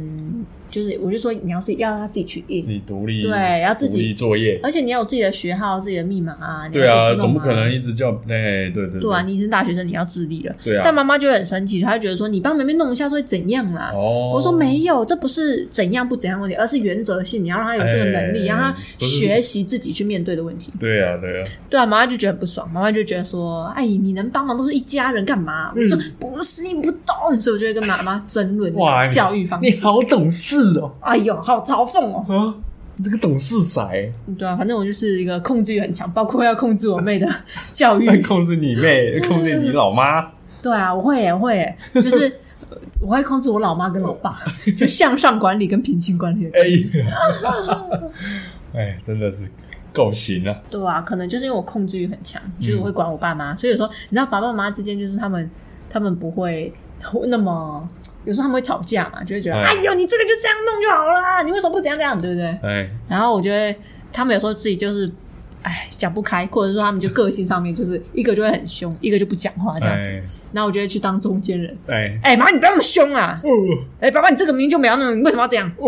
[SPEAKER 1] 就是我就说你要自己要他自己去
[SPEAKER 2] 自
[SPEAKER 1] 印，
[SPEAKER 2] 己独立，
[SPEAKER 1] 对要自己
[SPEAKER 2] 独立作业。
[SPEAKER 1] 而且你要有自己的学号、自己的密码啊，你要
[SPEAKER 2] 对啊，
[SPEAKER 1] 自己去弄
[SPEAKER 2] 总不可能一直叫哎，对对
[SPEAKER 1] 对啊，你已经是大学生，你要自立了。
[SPEAKER 2] 对啊
[SPEAKER 1] 但妈妈就会很生气，她就觉得说你帮妹妹弄一下是会怎样啦、
[SPEAKER 2] 哦，
[SPEAKER 1] 我说没有，这不是怎样不怎样的问题，而是原则性，你要让她有这个能力，
[SPEAKER 2] 哎
[SPEAKER 1] 让她
[SPEAKER 2] 不是
[SPEAKER 1] 学习自己去面对的问题。
[SPEAKER 2] 对啊，对啊，
[SPEAKER 1] 对啊，妈妈就觉得很不爽，妈妈就觉得说，哎，你能帮忙都是一家人，干嘛？我说不是，你不懂，所以我就会跟妈妈争论
[SPEAKER 2] 哇，你
[SPEAKER 1] 教育方式。
[SPEAKER 2] 好懂事哦，
[SPEAKER 1] 哎呦，好嘲讽哦！
[SPEAKER 2] 啊，你这个懂事仔，
[SPEAKER 1] 对啊，反正我就是一个控制欲很强，包括要控制我妹的教 (laughs) 育。
[SPEAKER 2] (laughs) 控制你妹，控制你老妈，
[SPEAKER 1] 对啊，我会耶，我会耶，就是呃我会控制我老妈跟老 (laughs) 爸，就向上管理跟平行管理的。
[SPEAKER 2] 哎呀，哎， (laughs) 真的是够行了，
[SPEAKER 1] 对啊，可能就是因为我控制欲很强，就是我会管我爸妈，所以有时候你知道爸爸妈妈之间就是他们他们不会那么有时候他们会吵架嘛，就会觉得
[SPEAKER 2] 哎
[SPEAKER 1] 哎呦，你这个就这样弄就好啦，你为什么不怎样怎样，对不对？
[SPEAKER 2] 哎，
[SPEAKER 1] 然后我觉得他们有时候自己就是，哎，讲不开，或者说他们就个性上面就是一个就会很凶，一个就不讲话这样子。
[SPEAKER 2] 哎，
[SPEAKER 1] 然后我就会去当中间人，
[SPEAKER 2] 哎，
[SPEAKER 1] 哎、妈，你不要那么凶啊！
[SPEAKER 2] 哦
[SPEAKER 1] 哎、爸爸，你这个明明就没有那么，你为什么要这样？
[SPEAKER 2] 哦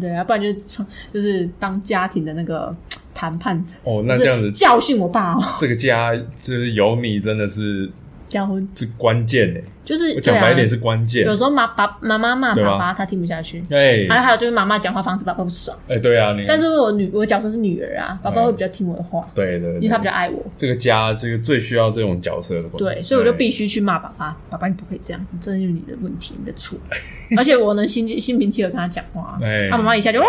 [SPEAKER 1] 对啊，不然就是就是当家庭的那个嘖谈判者，
[SPEAKER 2] 哦，那这样子
[SPEAKER 1] 就是，教训我爸哦， (laughs)
[SPEAKER 2] 这个家就是有你真的是
[SPEAKER 1] 结婚
[SPEAKER 2] 是关键诶，
[SPEAKER 1] 就是
[SPEAKER 2] 我讲白一
[SPEAKER 1] 对
[SPEAKER 2] 点
[SPEAKER 1] 啊
[SPEAKER 2] 是关键
[SPEAKER 1] 有。时候妈爸妈妈骂
[SPEAKER 2] 对吧
[SPEAKER 1] 爸爸，他听不下去。
[SPEAKER 2] 哎
[SPEAKER 1] 啊还有还有就是妈妈讲话方式，爸爸不爽。
[SPEAKER 2] 哎，对啊，你
[SPEAKER 1] 但是我女我角色是女儿啊，爸爸
[SPEAKER 2] 嗯
[SPEAKER 1] 会比较听我的话，
[SPEAKER 2] 对对，
[SPEAKER 1] 因为他
[SPEAKER 2] 对
[SPEAKER 1] 比较爱我。
[SPEAKER 2] 这个家这个最需要这种角色的关
[SPEAKER 1] 对，所以我就
[SPEAKER 2] 哎
[SPEAKER 1] 必须去骂爸爸，爸爸你不可以这样，这就是你的问题，你的
[SPEAKER 2] (laughs)
[SPEAKER 1] 错。而且我能心心平气和跟他讲话
[SPEAKER 2] 哎，
[SPEAKER 1] 他妈妈一下就哇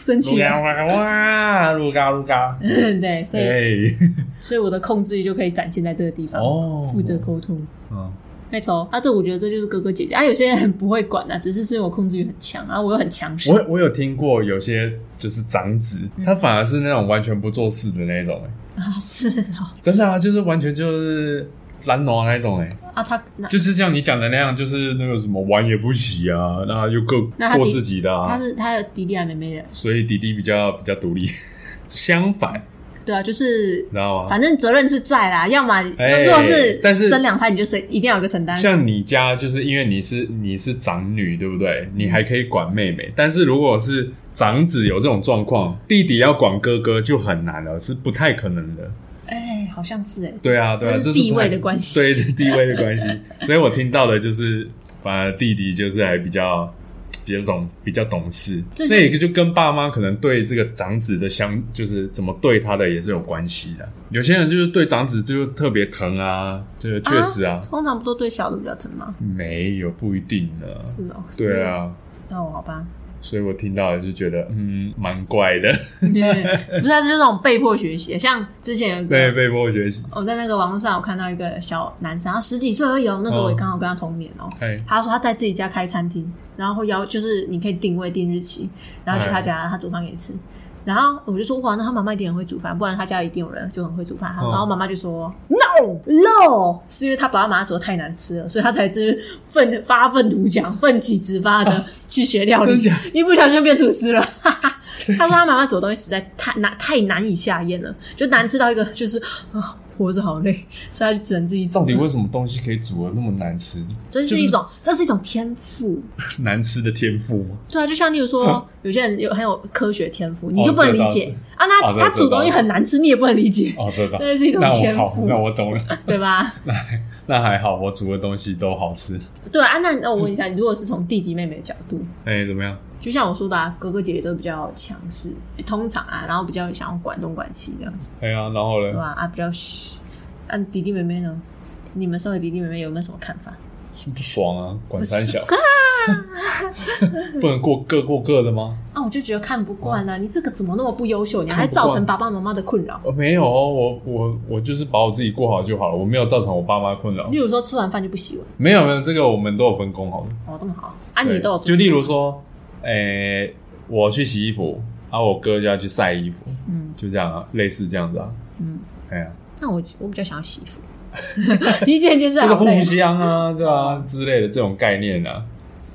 [SPEAKER 1] 生
[SPEAKER 2] 噜
[SPEAKER 1] 气
[SPEAKER 2] 嘎
[SPEAKER 1] 了。
[SPEAKER 2] 哇哇，噜嘎噜嘎，
[SPEAKER 1] (laughs) 对，所以
[SPEAKER 2] 哎，
[SPEAKER 1] 所以我的控制欲就可以展现在这个地方，
[SPEAKER 2] 哦
[SPEAKER 1] 负责沟通。
[SPEAKER 2] 嗯，
[SPEAKER 1] 没错，啊，这我觉得这就是哥哥姐姐啊，有些人很不会管啊，只是是我控制欲很强啊，我又很强势，
[SPEAKER 2] (laughs) 我我有听过有些就是长子，
[SPEAKER 1] 嗯
[SPEAKER 2] 他反而是那种完全不做事的那种，哎，
[SPEAKER 1] 啊是哦，
[SPEAKER 2] 真的啊，就是完全就是懒惰那种，哎，
[SPEAKER 1] 啊他那
[SPEAKER 2] 就是像你讲的那样，就是那个什么玩也不洗啊，那又各
[SPEAKER 1] 那他
[SPEAKER 2] 过
[SPEAKER 1] 弟
[SPEAKER 2] 自己的
[SPEAKER 1] 他
[SPEAKER 2] 啊，
[SPEAKER 1] 是他的弟弟还妹妹的，
[SPEAKER 2] 所以弟弟比较比较独立， (laughs) 相反，
[SPEAKER 1] 对啊，就是
[SPEAKER 2] 你知道吗？
[SPEAKER 1] 反正责任是在啦，要么
[SPEAKER 2] 哦哎
[SPEAKER 1] 如果是
[SPEAKER 2] 但是
[SPEAKER 1] 生两胎，你就谁一定要有个承担，
[SPEAKER 2] 像你家就是因为你是你是长女，对不对？你还可以管妹妹，但是如果是长子有这种状况，弟弟要管哥哥就很难了，是不太可能的。
[SPEAKER 1] 哎，好像是哎，
[SPEAKER 2] 对啊，对啊，
[SPEAKER 1] 这
[SPEAKER 2] 这
[SPEAKER 1] 是
[SPEAKER 2] 是
[SPEAKER 1] 地
[SPEAKER 2] 不太
[SPEAKER 1] 位的关系
[SPEAKER 2] 对，是地位的关系。
[SPEAKER 1] (laughs)
[SPEAKER 2] 所以我听到的就是，反而弟弟就是还比较比较懂，比较懂事。
[SPEAKER 1] 这
[SPEAKER 2] 这
[SPEAKER 1] 是
[SPEAKER 2] 也就跟爸妈可能对这个长子的相，就是怎么对他的也是有关系的。有些人就是对长子就特别疼啊，这个确实啊，
[SPEAKER 1] 通常不都对小的比较疼吗？
[SPEAKER 2] 没有不一定呢。
[SPEAKER 1] 是哦，
[SPEAKER 2] 对，啊，
[SPEAKER 1] 那我好吧， (laughs)
[SPEAKER 2] 所以我听到的就觉得，嗯，蛮怪的。
[SPEAKER 1] 对不是啊，这就是那种被迫学习，像之前有一
[SPEAKER 2] 对，
[SPEAKER 1] 个。
[SPEAKER 2] 被迫学习。
[SPEAKER 1] 我在那个网络上有看到一个小男生，他十几岁而已哦，那时候我也刚好跟他同年哦。
[SPEAKER 2] 哎，
[SPEAKER 1] 他说他在自己家开餐厅，然后会邀就是你可以定位定日期，然后去他家，
[SPEAKER 2] 哎
[SPEAKER 1] 他煮饭给你吃。然后我就说哇，那他妈妈一定很会煮饭，不然他家一定有人就很会煮饭。
[SPEAKER 2] 嗯
[SPEAKER 1] 然后妈妈就说 no no，是因为他爸爸妈妈煮的太难吃了，所以他才就是奋发愤图强、奋起直发
[SPEAKER 2] (laughs)
[SPEAKER 1] 的去学料
[SPEAKER 2] 真
[SPEAKER 1] 理
[SPEAKER 2] 假，
[SPEAKER 1] 一不小心就变厨师
[SPEAKER 2] (laughs)
[SPEAKER 1] 了。哈哈他说他妈妈煮的东西实在太难太难以下咽了，就难吃到一个就是啊活着好累，所以他就只能自己
[SPEAKER 2] 到
[SPEAKER 1] 煮
[SPEAKER 2] 底。为什么东西可以煮的那么难吃？
[SPEAKER 1] 这是一种，这是一种天赋。
[SPEAKER 2] 难吃的天赋吗？
[SPEAKER 1] 对啊，就像例如说，有些人有很有科学天赋，你就
[SPEAKER 2] 嗯哦
[SPEAKER 1] 不能
[SPEAKER 2] 这
[SPEAKER 1] 理
[SPEAKER 2] 倒
[SPEAKER 1] 解
[SPEAKER 2] 是
[SPEAKER 1] 啊。那
[SPEAKER 2] 哦这
[SPEAKER 1] 他
[SPEAKER 2] 这
[SPEAKER 1] 煮
[SPEAKER 2] 倒
[SPEAKER 1] 东西
[SPEAKER 2] 是
[SPEAKER 1] 很难吃，你也不能理解，
[SPEAKER 2] 哦，知道，
[SPEAKER 1] 那是一种
[SPEAKER 2] 那
[SPEAKER 1] 天
[SPEAKER 2] 我好，
[SPEAKER 1] 赋
[SPEAKER 2] 那我懂了，
[SPEAKER 1] (laughs)
[SPEAKER 2] (laughs)
[SPEAKER 1] 对吧？
[SPEAKER 2] 那还好，我煮的东西都好吃。
[SPEAKER 1] 对啊，那那我问一下，你如果是从弟弟妹妹的角度，
[SPEAKER 2] 哎、怎么样？
[SPEAKER 1] 就像我说的，啊，哥哥姐姐都比较强势，通常啊，然后比较想要管东管西这样子，
[SPEAKER 2] 哎呀、然后
[SPEAKER 1] 对
[SPEAKER 2] 呢？
[SPEAKER 1] 吧？啊，比较嘘，啊，弟弟妹妹呢？你们身为弟弟妹妹有没有什么看法？
[SPEAKER 2] 是不爽啊，管三小， (laughs) 不能过各过各的吗？
[SPEAKER 1] 啊，我就觉得看不惯啊，你这个怎么那么不优秀？你还
[SPEAKER 2] 看不惯
[SPEAKER 1] 造成爸爸妈妈的困扰。
[SPEAKER 2] 哦、没有哦，我我我就是把我自己过好就好了，我没有造成我爸妈困扰
[SPEAKER 1] 例。如说吃完饭就不洗碗，
[SPEAKER 2] 没有没有，这个我们都有分工好了。
[SPEAKER 1] 哦，这么好啊，
[SPEAKER 2] 对
[SPEAKER 1] 你都有做
[SPEAKER 2] 就例如说，哎、我去洗衣服，啊，我哥就要去晒衣服，
[SPEAKER 1] 嗯，
[SPEAKER 2] 就这样啊，类似这样子啊，
[SPEAKER 1] 嗯，
[SPEAKER 2] 哎呀、
[SPEAKER 1] 那我我比较想要洗衣服， (laughs) 一件一件在
[SPEAKER 2] 就是
[SPEAKER 1] 好累哦
[SPEAKER 2] 互
[SPEAKER 1] (laughs)
[SPEAKER 2] 相啊，对啊之类的这种概念啊，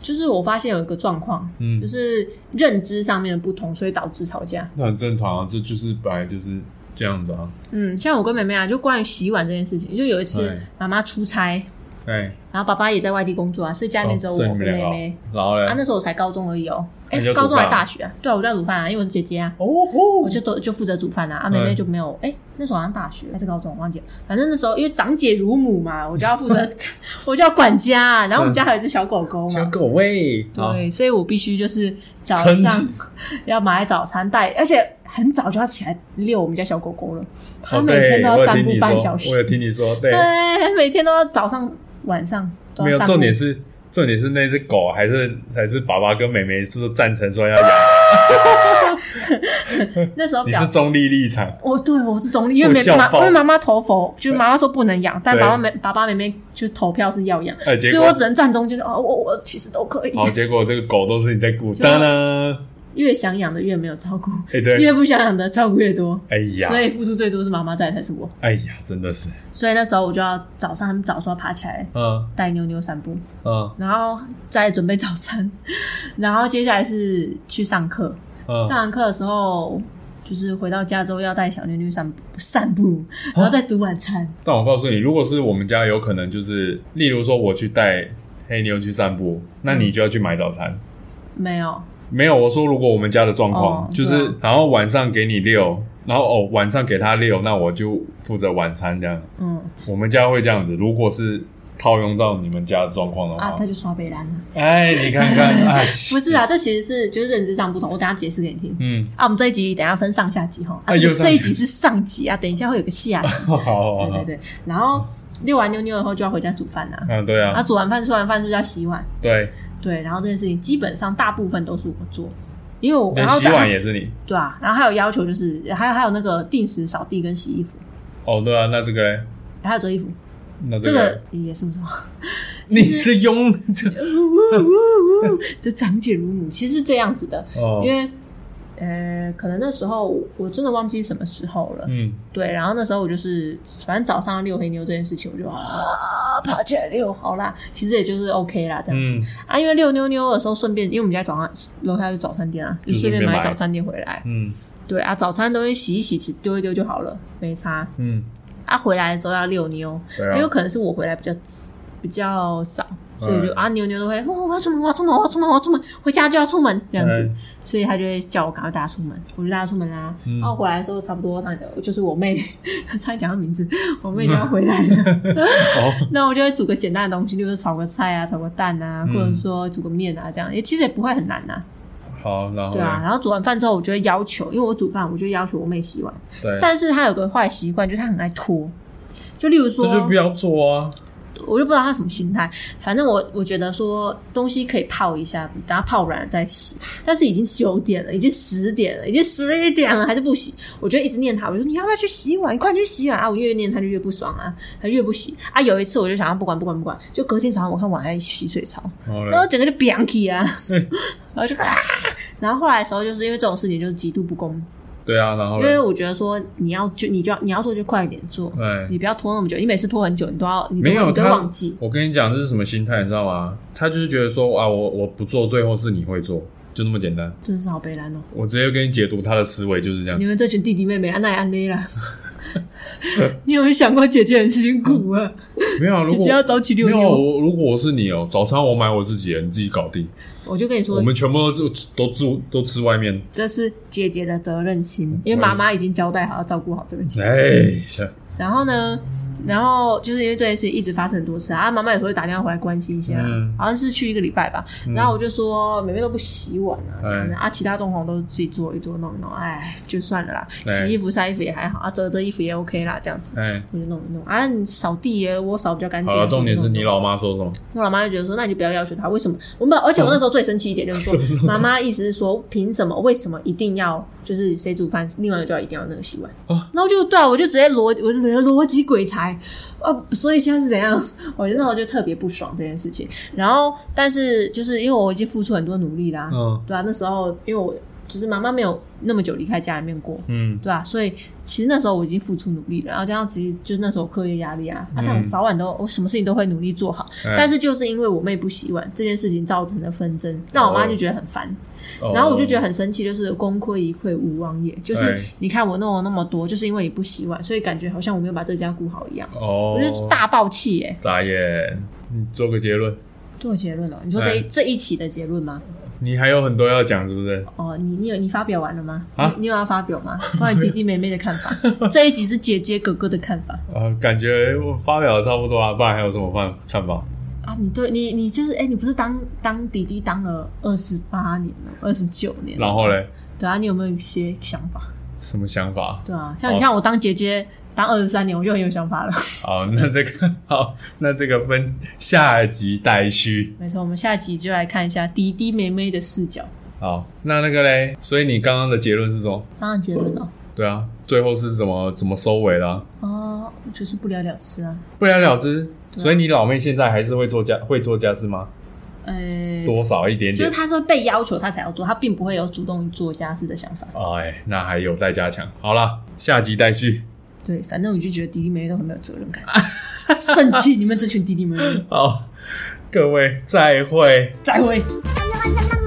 [SPEAKER 1] 就是我发现有一个状况，
[SPEAKER 2] 嗯
[SPEAKER 1] 就，是认知上面的不同，所以导致吵架。
[SPEAKER 2] 那很正常啊，这就是本来就是这样子啊。
[SPEAKER 1] 嗯，像我跟妹妹啊，就关于洗碗这件事情，就有一次
[SPEAKER 2] 哎
[SPEAKER 1] 妈妈出差，
[SPEAKER 2] 哎，
[SPEAKER 1] 然后爸爸也在外地工作啊，所以家里面只有
[SPEAKER 2] 哦
[SPEAKER 1] 我
[SPEAKER 2] 所以
[SPEAKER 1] 跟
[SPEAKER 2] 你
[SPEAKER 1] 妹
[SPEAKER 2] 们两个哦
[SPEAKER 1] 妹。，
[SPEAKER 2] 然后
[SPEAKER 1] 啊，
[SPEAKER 2] 呢？
[SPEAKER 1] 那时候我才高中而已哦，哎
[SPEAKER 2] 那你就，煮
[SPEAKER 1] 高中还
[SPEAKER 2] 饭啊
[SPEAKER 1] 大学啊？对啊，我就在煮饭啊，因为我是姐姐啊，
[SPEAKER 2] 哦吼
[SPEAKER 1] 我就都就负责煮饭啊。啊，妹妹
[SPEAKER 2] 嗯
[SPEAKER 1] 就没有，哎，那时候好像大学还是高中，我忘记了。反正那时候因为长姐如母嘛，我就要负责， (laughs) 我就要管家啊。然后我们家还有一只小狗狗嘛
[SPEAKER 2] 嗯小，狗喂，好
[SPEAKER 1] 对，所以我必须就是早
[SPEAKER 2] 啊撑
[SPEAKER 1] 上
[SPEAKER 2] 起
[SPEAKER 1] (laughs) 要买早餐带，而且很早就要起来遛我们家小狗狗了。它
[SPEAKER 2] 哦
[SPEAKER 1] 每天
[SPEAKER 2] 对，
[SPEAKER 1] 都要
[SPEAKER 2] 我有
[SPEAKER 1] 散
[SPEAKER 2] 听
[SPEAKER 1] 步
[SPEAKER 2] 你
[SPEAKER 1] 半
[SPEAKER 2] 说
[SPEAKER 1] 小
[SPEAKER 2] 我
[SPEAKER 1] 时，
[SPEAKER 2] 有听你说，对，
[SPEAKER 1] 对，每天都要早上晚上都
[SPEAKER 2] 没
[SPEAKER 1] 要
[SPEAKER 2] 有
[SPEAKER 1] 散步。
[SPEAKER 2] 重点是重点是那只狗还是还是爸爸跟妹妹是不是赞成说要养？
[SPEAKER 1] 那时候
[SPEAKER 2] 你
[SPEAKER 1] 表
[SPEAKER 2] 是中立立场，
[SPEAKER 1] 我对我是中立，因为
[SPEAKER 2] 我
[SPEAKER 1] 没
[SPEAKER 2] 笑
[SPEAKER 1] 妈，
[SPEAKER 2] 爆
[SPEAKER 1] 因为妈妈投否，就是妈妈说不能养，但
[SPEAKER 2] 对
[SPEAKER 1] 爸爸没爸爸妹妹就是投票是要养，
[SPEAKER 2] 哎
[SPEAKER 1] 所
[SPEAKER 2] 结
[SPEAKER 1] 以
[SPEAKER 2] 果
[SPEAKER 1] 我只能站中间。哦，我我其实都可以。 (laughs)
[SPEAKER 2] 好，结果这个狗都是你在顾，
[SPEAKER 1] 啊
[SPEAKER 2] 当当，
[SPEAKER 1] 越想养的越没有照顾，
[SPEAKER 2] 哎、对
[SPEAKER 1] 越，不想养的照顾越多，
[SPEAKER 2] 哎呀，
[SPEAKER 1] 所以付出最多是妈妈带才是我。
[SPEAKER 2] 哎呀，真的是，
[SPEAKER 1] 所以那时候我就要早上他们早上爬起来
[SPEAKER 2] 嗯
[SPEAKER 1] 带妞妞散步，
[SPEAKER 2] 嗯
[SPEAKER 1] 然后再准备早餐，然后接下来是去上课。
[SPEAKER 2] 嗯，
[SPEAKER 1] 上完课的时候，就是回到家之后要带小妞妞散步散步，然后再煮晚餐。
[SPEAKER 2] 但我告诉你，如果是我们家有可能就是，例如说我去带黑妞去散步，那你就要去买早餐。
[SPEAKER 1] 没有，
[SPEAKER 2] 没有，我说如果我们家的状况、
[SPEAKER 1] 哦
[SPEAKER 2] 就是，
[SPEAKER 1] 对啊
[SPEAKER 2] 然后晚上给你六，然后哦晚上给他六，那我就负责晚餐这样。
[SPEAKER 1] 嗯
[SPEAKER 2] 我们家会这样子，如果是套用到你们家的状况的
[SPEAKER 1] 啊，
[SPEAKER 2] 话
[SPEAKER 1] 他，就刷北兰了。
[SPEAKER 2] 哎、你看
[SPEAKER 1] (laughs)
[SPEAKER 2] 看，哎，
[SPEAKER 1] 不是啊，这其实是就是认知上不同，我等一下解释给你听。
[SPEAKER 2] 嗯，
[SPEAKER 1] 啊，我们这一集等一下分上下集哈，啊，
[SPEAKER 2] 哎
[SPEAKER 1] 这
[SPEAKER 2] 又
[SPEAKER 1] 个
[SPEAKER 2] 上
[SPEAKER 1] 这一集
[SPEAKER 2] 集
[SPEAKER 1] 是上集啊，等一下会有个下
[SPEAKER 2] (laughs)
[SPEAKER 1] 集，
[SPEAKER 2] 好好好，
[SPEAKER 1] 对对对。然后遛完妞妞以后就要回家煮饭啦，
[SPEAKER 2] 嗯，对
[SPEAKER 1] 啊，
[SPEAKER 2] 啊，
[SPEAKER 1] 煮完饭吃完饭是不是要洗碗？
[SPEAKER 2] 对，
[SPEAKER 1] 对，然后这件事情基本上大部分都是我做，因为我
[SPEAKER 2] 那
[SPEAKER 1] 然后
[SPEAKER 2] 洗
[SPEAKER 1] 再
[SPEAKER 2] 碗也是你，
[SPEAKER 1] 对啊，然后还有要求就是还有还有那个定时扫地跟洗衣服，
[SPEAKER 2] 哦，对啊，那这个嘞，
[SPEAKER 1] 还有折衣服，
[SPEAKER 2] 那
[SPEAKER 1] 这
[SPEAKER 2] 哦这个
[SPEAKER 1] 个也是不错。 (laughs)
[SPEAKER 2] 你是庸，
[SPEAKER 1] 这长姐如母，其实是这样子的，
[SPEAKER 2] 哦
[SPEAKER 1] 因，为呃，可能那时候我真的忘记什么时候了。
[SPEAKER 2] 嗯，
[SPEAKER 1] 对，然后那时候我就是，反正早上遛黑妞这件事情，我就啊跑起来遛，好啦，其实也就是 OK 啦，这样子、
[SPEAKER 2] 嗯
[SPEAKER 1] 啊，因为遛妞妞的时候顺便，因为我们家早上楼下是早餐店啊，就
[SPEAKER 2] 就顺
[SPEAKER 1] 顺
[SPEAKER 2] 便
[SPEAKER 1] 便买
[SPEAKER 2] 买
[SPEAKER 1] 早餐店回来，
[SPEAKER 2] 嗯
[SPEAKER 1] 对啊，早餐东西洗一洗，其实丢一丢就好了，没差
[SPEAKER 2] 嗯，
[SPEAKER 1] 啊。回来的时候要遛妞，
[SPEAKER 2] 对
[SPEAKER 1] 也有
[SPEAKER 2] 啊，
[SPEAKER 1] 可能是我回来比较比较早，所以
[SPEAKER 2] 嗯
[SPEAKER 1] 我就、啊妞妞都会，哦，我要出门，我要出门，我要出门，我要出门，回家就要出门这样子，
[SPEAKER 2] 嗯
[SPEAKER 1] 所以他就会叫我赶快带他出门，我就带他出门啦。
[SPEAKER 2] 嗯
[SPEAKER 1] 然后回来的时候差不多，那个就是我妹， (laughs) 差点讲她名
[SPEAKER 2] (laughs)
[SPEAKER 1] 字，我妹就要回来了。
[SPEAKER 2] 哦，
[SPEAKER 1] 那我就会煮个简单的东西，就是炒个菜啊，炒个蛋啊，
[SPEAKER 2] 嗯
[SPEAKER 1] 或者说煮个面啊，这样也其实也不会很难呐、
[SPEAKER 2] 好，然后
[SPEAKER 1] 对啊。
[SPEAKER 2] 嘞，
[SPEAKER 1] 然后煮完饭之后，我就会要求，因为我煮饭，我就要求我妹洗碗，
[SPEAKER 2] 对，
[SPEAKER 1] 但是她有个坏习惯，就是她很爱拖。就例如说，
[SPEAKER 2] 这就不要做啊，
[SPEAKER 1] 我就不知道他什么心态。反正我我觉得说东西可以泡一下，等它泡软了再洗。但是已经九点了，已经十点了，已经十一点了，还是不洗。我就一直念他，我就说你要不要去洗碗？你快去洗碗啊！我越念他就越不爽啊，他越不洗啊。有一次我就想要不管不管不管，就隔天早上我看碗还洗水槽，
[SPEAKER 2] 好嘞
[SPEAKER 1] 然，后整个就 b i a n k
[SPEAKER 2] (laughs)
[SPEAKER 1] 啊，然后就啊。然后后来的时候，就是因为这种事情就是极度不公，
[SPEAKER 2] 对啊，然后
[SPEAKER 1] 因为
[SPEAKER 2] 嘞，
[SPEAKER 1] 我觉得说你要就你就要你要做就快一点做。
[SPEAKER 2] 哎。
[SPEAKER 1] 你不要拖那么久，你每次拖很久，你都要你都
[SPEAKER 2] 没有
[SPEAKER 1] 你都
[SPEAKER 2] 他
[SPEAKER 1] 忘记。
[SPEAKER 2] 我跟你讲，这是什么心态，你知道吗？他就是觉得说啊，我我不做，最后是你会做，就那么简单。
[SPEAKER 1] 真是好悲蓝哦！
[SPEAKER 2] 我直接给你解读他的思维就是这样
[SPEAKER 1] 你。们这群弟弟妹啊妹，安奈安奈啦， (laughs) 你有没有想过姐姐很辛苦啊？
[SPEAKER 2] 没有啊，如
[SPEAKER 1] 姐
[SPEAKER 2] 果
[SPEAKER 1] 姐要早起遛
[SPEAKER 2] 没有啊，
[SPEAKER 1] 妞，
[SPEAKER 2] 我如果我是你哦，早餐我买我自己的，你自己搞定。
[SPEAKER 1] 我就跟你
[SPEAKER 2] 我
[SPEAKER 1] 说，
[SPEAKER 2] 们全部都住都住都吃外面。
[SPEAKER 1] 这是姐姐的责任心，因为妈妈已经交代好要照顾好这个家。
[SPEAKER 2] 哎，是
[SPEAKER 1] 然后呢，然后就是因为这件事情一直发生很多次啊，妈妈有时候会打电话回来关心一下，
[SPEAKER 2] 嗯
[SPEAKER 1] 好像是去一个礼拜吧。然后我就说，妹妹都不洗碗啊，这样子
[SPEAKER 2] 哎
[SPEAKER 1] 啊，其他状况都是自己做一做弄一弄，哎，就算了啦，
[SPEAKER 2] 哎
[SPEAKER 1] 洗衣服晒衣服也还好啊，折折衣服也 OK 啦，这样子。
[SPEAKER 2] 哎，
[SPEAKER 1] 我就弄一弄啊，你扫地也我扫比较干净。
[SPEAKER 2] 好了，重点是
[SPEAKER 1] 弄一弄
[SPEAKER 2] 你老妈说什么？
[SPEAKER 1] 我老妈就觉得说，那你就不要要求他，为什么？我们而且我那时候最生气一点就是
[SPEAKER 2] (laughs)
[SPEAKER 1] 说，妈妈意思是说，凭什么？为什么一定要就是谁煮饭，另外一个就要一定要那个洗碗？
[SPEAKER 2] 啊
[SPEAKER 1] 然后就对、啊，我就直接逻我就逻辑鬼才啊！所以现在是怎样？ (laughs) 我那时候就特别不爽这件事情。然后，但是就是因为我已经付出很多努力啦，
[SPEAKER 2] 嗯
[SPEAKER 1] 对啊，那时候因为我就是妈妈没有那么久离开家里面过，
[SPEAKER 2] 嗯，
[SPEAKER 1] 对啊，所以其实那时候我已经付出努力了，然后加上其实就是那时候课业压力啊，啊，但我早晚都我什么事情都会努力做好，
[SPEAKER 2] 嗯哎
[SPEAKER 1] 但是就是因为我妹不洗碗这件事情造成的纷
[SPEAKER 2] 哦
[SPEAKER 1] 争，那我妈就觉得很烦，然后我就觉得
[SPEAKER 2] 得
[SPEAKER 1] 很生气，就是功亏一篑无妄也，就是
[SPEAKER 2] 哎
[SPEAKER 1] 你看我弄了那么多，就是因为你不洗碗，所以感觉好像我没有把这家顾好一样，
[SPEAKER 2] 哦
[SPEAKER 1] 我，就是大爆气耶、
[SPEAKER 2] 傻眼。你做个结论，
[SPEAKER 1] 做结论哦了，你说这一、
[SPEAKER 2] 哎
[SPEAKER 1] 这一期的结论吗？
[SPEAKER 2] 你还有很多要讲，是不是？
[SPEAKER 1] 哦，你你有你发表完了吗？
[SPEAKER 2] 啊
[SPEAKER 1] 你你有要发表吗？
[SPEAKER 2] (laughs)
[SPEAKER 1] 关于弟弟妹妹的看法，这一集是姐姐哥哥的看法。
[SPEAKER 2] 啊，感觉我发表的差不多啊了，不然还有什么看看法？
[SPEAKER 1] 啊，你对你你就是哎、你不是当当弟弟当了二十八年了，二十九年了，
[SPEAKER 2] 然后嘞，
[SPEAKER 1] 对啊，你有没有一些想法？
[SPEAKER 2] 什么想法？
[SPEAKER 1] 对啊，像
[SPEAKER 2] 哦
[SPEAKER 1] 你看我当姐姐当二十三年，我就很有想法了。 (laughs)
[SPEAKER 2] 好，那这个 (laughs) 好，那这个分下集待续。
[SPEAKER 1] 没错，我们下集就来看一下弟弟妹妹的视角。
[SPEAKER 2] 好，那那个嘞，所以你刚刚的结论是什么？
[SPEAKER 1] 当然结论哦，
[SPEAKER 2] 对啊，最后是怎么怎么收尾啦、
[SPEAKER 1] 哦，就是不了了之啊。
[SPEAKER 2] 不了了之。
[SPEAKER 1] 啊
[SPEAKER 2] 所以你老妹现在还是会做家会做家事吗？
[SPEAKER 1] 呃，
[SPEAKER 2] 多少一点
[SPEAKER 1] 就
[SPEAKER 2] 点
[SPEAKER 1] 是。他是会被要求他才要做，他并不会有主动做家事的想法。
[SPEAKER 2] 哎，那还有待加强。好啦，下集待续。
[SPEAKER 1] 对，反正我就觉得弟弟妹妹都很没有责任感， (laughs) 生气！你们这群弟弟妹妹，
[SPEAKER 2] 好，各位再会。
[SPEAKER 1] 再会。
[SPEAKER 3] 噔噔噔噔噔